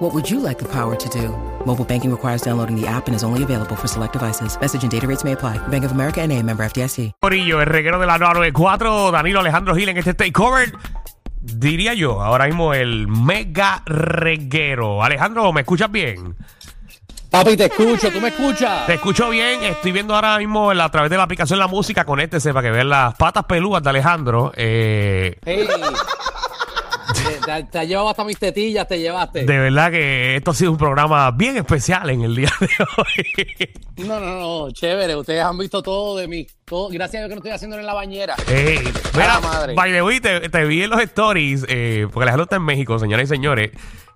What would you like the power to do? Mobile banking requires downloading the app and is only available for select devices. Message and data rates may apply. Bank of America and a member FDIC. Corillo, el reguero de la 994, Danilo Alejandro Gil en este takeover. Diría yo, ahora mismo el mega reguero. Alejandro, ¿me escuchas bien? Papi, te escucho, tú me escuchas. Te escucho bien, estoy viendo ahora mismo la- a través de la aplicación La Música, conéctese para que vean las patas pelúas de Alejandro. Eh, Ey. te, te- te has llevado hasta mis tetillas, te llevaste. de verdad que esto ha sido un programa bien especial en el día de hoy. No, no, no, chévere. Ustedes han visto todo de mí. Todo, gracias a Dios que no estoy haciendo en la bañera. Ey, Eh, A mira, la madre. by the way, te, te vi en los stories, eh, porque Alejandro está en México, señoras y señores.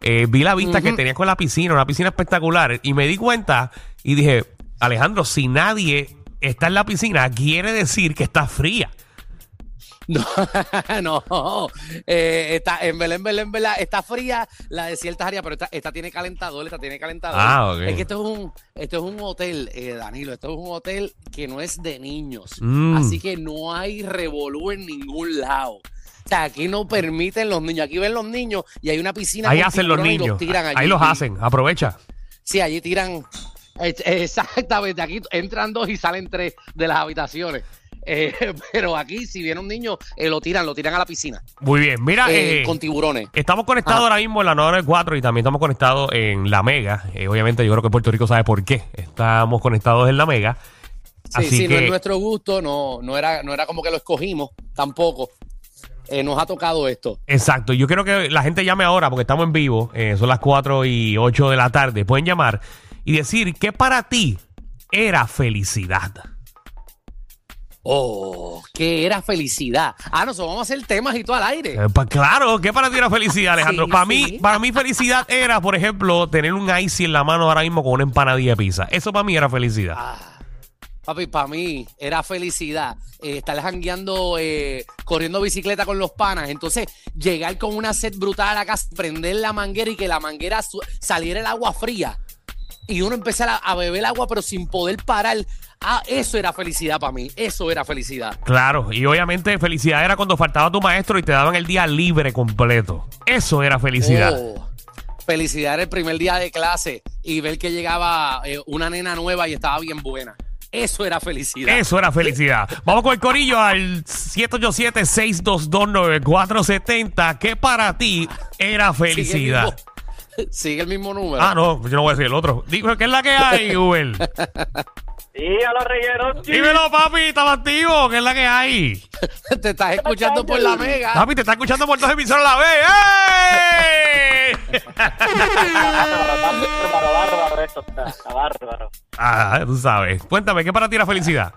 Eh, vi la vista que tenías con la piscina, una piscina espectacular, y me di cuenta y dije, Alejandro, si nadie está en la piscina, quiere decir que está fría. No, no. Eh, está, en Belén, Belén, Belén, está fría la de ciertas áreas, pero esta, esta tiene calentador, esta tiene calentador. Ah, ok. Es que esto es un, esto es un hotel, eh, Danilo, esto es un hotel que no es de niños. Mm. Así que no hay revolú en ningún lado. O sea, aquí no permiten los niños. Aquí ven los niños y hay una piscina. Ahí con hacen los tiburones y niños, tiran allí. ahí los hacen, aprovecha. Sí, allí tiran. eh, Exactamente, aquí entran dos y salen tres de las habitaciones. Eh, pero aquí, si viene un niño, eh, lo tiran, lo tiran a la piscina Muy bien, mira, eh, eh, con tiburones. Estamos conectados Ajá. ahora mismo en la 994 y también estamos conectados en la Mega. Eh, obviamente yo creo que Puerto Rico sabe por qué. Estamos conectados en la Mega. Sí, sí, no es nuestro gusto, no, no, era, no era como que lo escogimos tampoco. Eh, nos ha tocado esto. Exacto, yo quiero que la gente llame ahora porque estamos en vivo, eh, son las 4 y 8 de la tarde, pueden llamar y decir que para ti era felicidad. Oh, que era felicidad. Ah, nosotros vamos a hacer temas y todo al aire. Eh, pa- claro, ¿qué para ti era felicidad, Alejandro? Sí, para, sí. mí, para mí felicidad era, por ejemplo, tener un icy en la mano ahora mismo con una empanadilla de pizza. Eso para mí era felicidad. Ah, papi, para mí era felicidad eh, estar jangueando, eh, corriendo bicicleta con los panas. Entonces, llegar con una sed brutal a la casa, prender la manguera y que la manguera su- saliera el agua fría. Y uno empezar a, a beber agua, pero sin poder parar. Ah, eso era felicidad para mí. Eso era felicidad. Claro, y obviamente felicidad era cuando faltaba tu maestro y te daban el día libre completo. Eso era felicidad. Oh, felicidad era el primer día de clase y ver que llegaba eh, una nena nueva y estaba bien buena. Eso era felicidad. Eso era felicidad. Vamos con el corillo al 787-622-9470. ¿Qué para ti era felicidad? Sigue el mismo, sigue el mismo número. Ah, no, yo no voy a decir el otro. Dime, ¿qué es la que hay, Uber? Sí, a los regueros. sí. Dímelo, papi, estaba activo. ¿Qué es la que hay? Te estás escuchando por la mega. Papi, te está escuchando por dos emisoras a la vez. ¡Ey! Ah, Bárbaro, bárbaro, bárbaro, eso está, está bárbaro. ah, tú sabes. Cuéntame, ¿qué para ti era felicidad?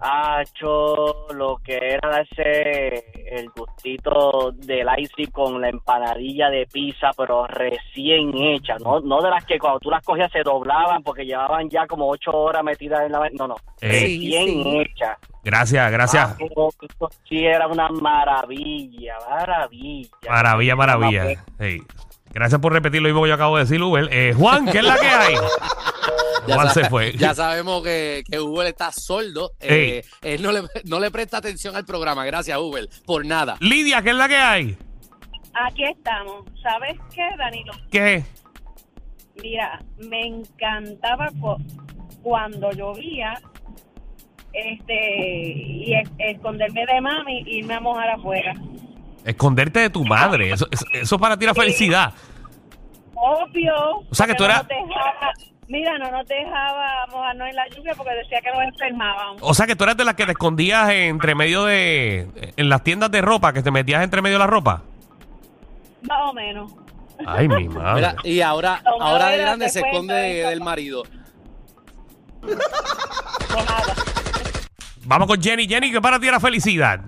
Hacho, lo que era darse el gustito del icy con la empanadilla de pizza, pero recién hecha, no, no de las que cuando tú las cogías se doblaban porque llevaban ya como ocho horas metidas en la... ma- No, no, Eh. recién hecha. Gracias, gracias. Ah, pero esto sí era una maravilla, maravilla. Maravilla, Ah, maravilla. pues. Sí. Gracias por repetir lo mismo que yo acabo de decir, Uber. Eh, Juan, ¿qué es la que hay? Juan se sa- fue. ya sabemos que, que Uber está sordo. Eh, él no le, no le presta atención al programa. Gracias, Uber. Por nada. Lidia, ¿qué es la que hay? Aquí estamos. ¿Sabes qué, Danilo? ¿Qué? Mira, me encantaba cu- cuando llovía este y es- esconderme de mami e irme a mojar afuera. Esconderte de tu madre. Eso, eso- eso para ti era felicidad. Obvio. O sea, que tú porque eras- no nos dejaba- mira, no nos dejaba mojarnos en la lluvia porque decía que nos enfermábamos. O sea que tú eras de las que te escondías entre medio de. en las tiendas de ropa, que te metías entre medio de la ropa. Más o menos. Ay, mi madre. Mira, y ahora, Tomaba ahora de era, grande te se cuento esconde de- eso. del marido. No nada. Vamos con Jenny. Jenny, ¿qué para ti era felicidad?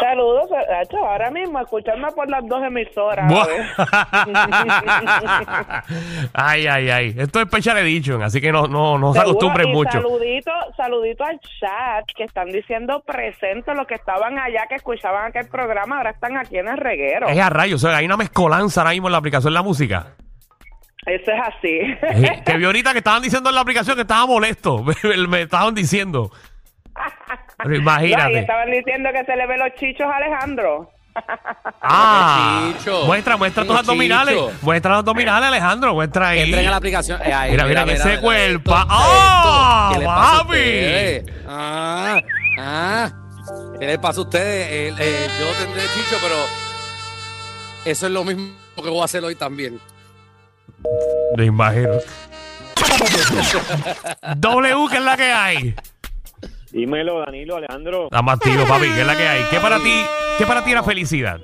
Saludos, Sacho, ahora mismo escuchando por las dos emisoras. Buah. ¿ves? ay, ay, ay. Esto es Special Edition, así que no, no, no se Seguro, acostumbren y mucho. Saludito, saludito al chat que están diciendo presente los que estaban allá, que escuchaban aquel programa, ahora están aquí en el reguero. Es a rayos, o sea, hay una mezcolanza ahora mismo en la aplicación de la música. Eso es así. Eh, que vi ahorita que estaban diciendo en la aplicación que estaba molesto. Me, me estaban diciendo. Pero No, y imagínate. estaban diciendo que se le ve los chichos a Alejandro. Ah, Chicho. muestra, muestra tus Chicho. abdominales. Muestra los abdominales, Alejandro. Muestra ahí. Entren a la aplicación. Eh, ahí, Mira, mira, que ese cuerpo. esto, ¡Ah, esto. ¿Qué les pasa a papi! ustedes? Ah, ah. ¿Qué les pasa a ustedes? Eh, eh, yo tendré chicho, pero eso es lo mismo que voy a hacer hoy también. Me imagino. W, que es la que hay. Dímelo, Danilo, Alejandro. La más tío, papi, que es la que hay. ¿Qué para ti, qué para ti era felicidad?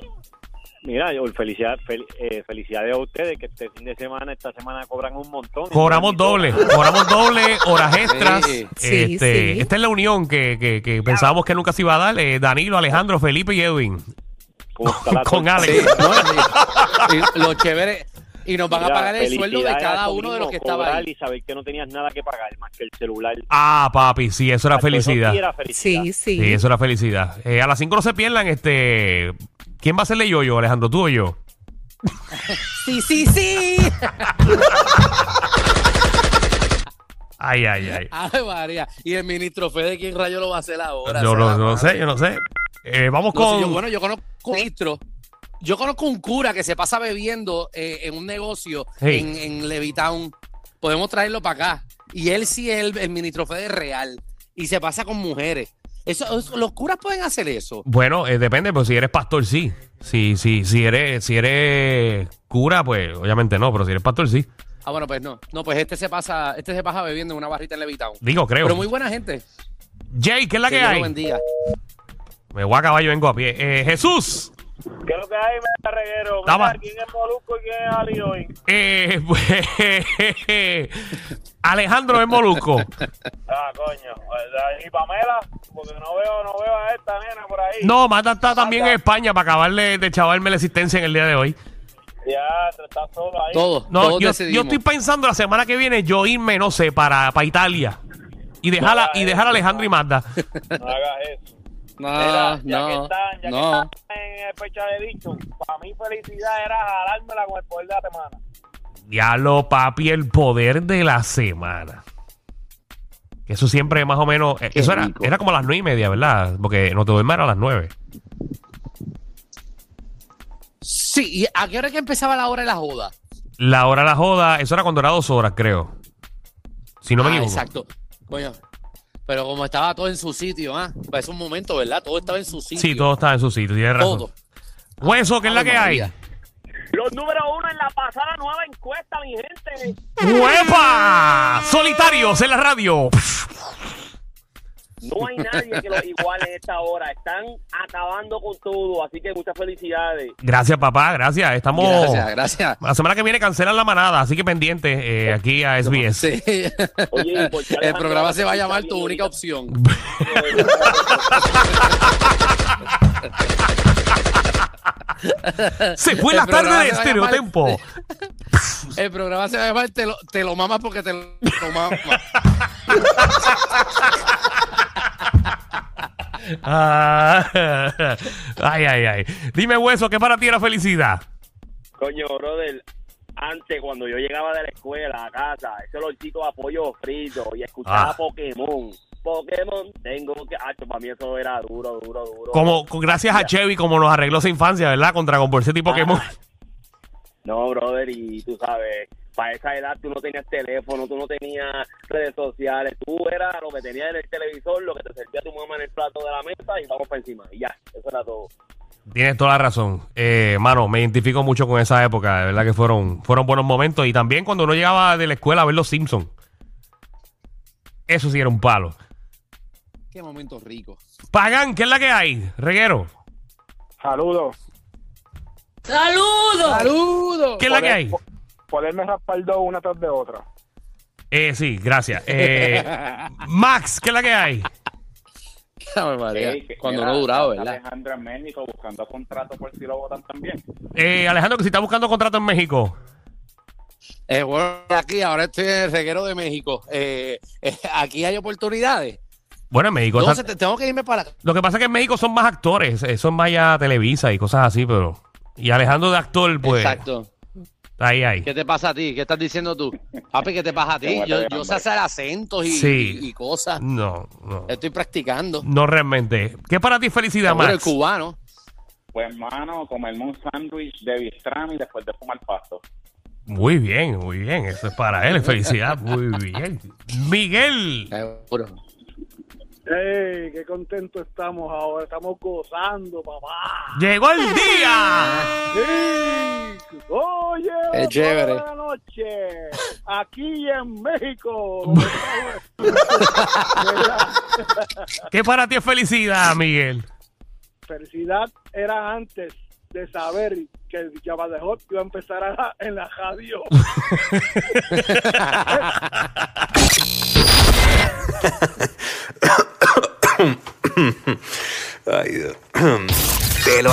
Mira, yo, felicidad, fel- eh, felicidades a ustedes que este fin de semana, esta semana cobran un montón. Cobramos doble, cobramos doble, horas extras. Sí. Sí, Este, sí. Esta es la unión que, que- que pensábamos que nunca se iba a dar. eh, Danilo, Alejandro, Felipe y Edwin. Con, Con Sí, Alex. ¿no? Sí. Y lo chévere. Y nos van a Mira, pagar el sueldo de felicidades a cada tu uno de mismo los que estaba cobrar ahí. Y saber que no tenías nada que pagar más que el celular. Ah, papi, sí, eso era felicidad. Eso sí era felicidad. Sí, sí. Sí, eso era felicidad. Eh, a las 5 no se pierdan, este. ¿Quién va a hacerle yo-yo, Alejandro? ¿Tú o yo? Sí, sí, sí. Ay, ay, ay. Ay, María. Y el ministro Fede, ¿quién rayo lo va a hacer ahora? yo Se no, la no madre. sé, yo no sé. Eh, vamos No, con. si yo- bueno, yo conozco un ministro. Yo conozco un cura que se pasa bebiendo eh, en un negocio Hey. en, en Levitown. Podemos traerlo para acá. Y él sí es el, el ministro Fede real. Y se pasa con mujeres. Eso, eso- los curas pueden hacer eso. Bueno, eh, depende, pero si eres pastor, sí. Si, si, si, eres, si eres cura, pues obviamente no, pero si eres pastor, sí. Ah, bueno, pues no. No, pues este se pasa, este se pasa bebiendo en una barrita en Levitown. Digo, creo. Pero muy buena gente. Jay, ¿qué es la Que que, Dios lo hay? bendiga. Me voy a caballo, vengo a pie. Eh, Jesús, ¿Qué es lo que hay, me reguero? Mira, Dama. ¿Quién es Molusco y quién es Ali hoy? eh, pues, Alejandro es Molusco. Ah, coño. Eh, Y Pamela, porque no veo, no veo a esta nena por ahí. No, Mata está también en España para acabarle de chavarme la existencia en el día de hoy. Ya, está solo ahí. Todos. No, todos yo, decidimos. yo estoy pensando la semana que viene yo irme, no sé, para, para Italia. Y dejar, a- y dejar a Alejandro y Magda. No hagas eso. No, Mira, ya que Ah, no, están, ya no. que están en eh, fecha de dicho, para mí felicidad era jalármela con el poder de la semana. Diablo, papi, el poder de la semana. Que Eso siempre más o menos... eh, eso era, era como a las nueve y media, ¿verdad? Porque no te duermas era a las nueve. Sí, ¿y a qué hora es que empezaba la hora de la joda? La hora de la joda, eso era cuando era dos horas, creo. Si no me Ah, equivoco. Exacto. Coño, pero como estaba todo en su sitio, ¿ah? Para ese un momento, ¿verdad? Todo estaba en su sitio. Sí, todo está en su sitio, tienes razón. Todo. Hueso, ¿qué es la Ay, que María. Los número uno en la pasada nueva encuesta, mi gente. hay? ¡Huepa! Solitarios en la radio. No hay nadie que los iguale en esta hora. Están acabando con todo, así que muchas felicidades. Gracias, papá, gracias. Estamos... Gracias, gracias. La semana que viene cancelan la manada, así que pendiente eh, aquí a SBS. Sí. Oye, ¿y por qué El programa Alejandro se va a está llamar bien Tu única ahorita? opción. Se fue El la tarde programa de se va a llamar- Estereotempo. El programa se va a llamar Te lo, te lo mamas porque te lo, lo mamas. Ah, ay, ay, ay. Dime, hueso, ¿qué para ti era felicidad? Coño, brother, antes cuando yo llegaba de la escuela a casa, ese olorcito a pollo frito y escuchaba Ah. Pokémon. Pokémon, tengo que... Ah, para mí eso era duro, duro, duro. Como, con- gracias a Chevy, como nos arregló esa infancia, ¿verdad? Contra Dragon Ball Z y Pokémon. Ah. No, brother, y tú sabes, para esa edad tú no tenías teléfono, tú no tenías redes sociales, tú eras lo que tenías en el televisor, lo que te servía tu mamá en el plato de la mesa y vamos para encima. Y ya, eso era todo. Tienes toda la razón. Eh, mano, me identifico mucho con esa época. De verdad que fueron, fueron buenos momentos. Y también cuando uno llegaba de la escuela a ver los Simpsons. Eso sí era un palo. Qué momento rico. Pagan, ¿qué es la que hay? Reguero, Saludos. Saludos. ¡Saludos! ¿qué es la que hay? Poderme raspar dos una tras de otra. Eh, sí, gracias. Eh, Max, ¿qué es la que hay? Ave María, Sí, que- Cuando mira, no duraba, está ¿verdad? Alejandra Ménico buscando contrato por si lo votan también. Eh, Alejandro, que si está buscando contrato en México. Eh, bueno, aquí ahora estoy en el reguero de México. Eh, eh, aquí hay oportunidades. Bueno, en México. Entonces están- te- tengo que irme para. Lo que pasa es que en México son más actores, eh, son más ya Televisa y cosas así, pero. Y Alejandro de actor, pues. Exacto. está Ahí, ahí. ¿Qué te pasa a ti? ¿Qué estás diciendo tú? Papi, ¿qué te pasa a Te ti? muero Yo, de yo sé hambre. hacer acentos y, Sí. y- y cosas. No, no. Estoy practicando. No realmente. ¿Qué para ti felicidad, Seguro el Max? cubano. Pues, mano, comerme un sándwich de bistrami después de fumar pasto. Muy bien, muy bien. Eso es para él. Felicidad, muy bien. Miguel. Seguro. ¡Ey! ¡Qué contento estamos ahora! Estamos gozando, papá. Llegó el día. ¡Ey! ¡Oye! Es chévere. toda la noche! Aquí en México. ¿Qué para ti es felicidad, Miguel? Felicidad era antes de saber que el Hot iba a empezar a- en la radio. Ay, Dios. Te lo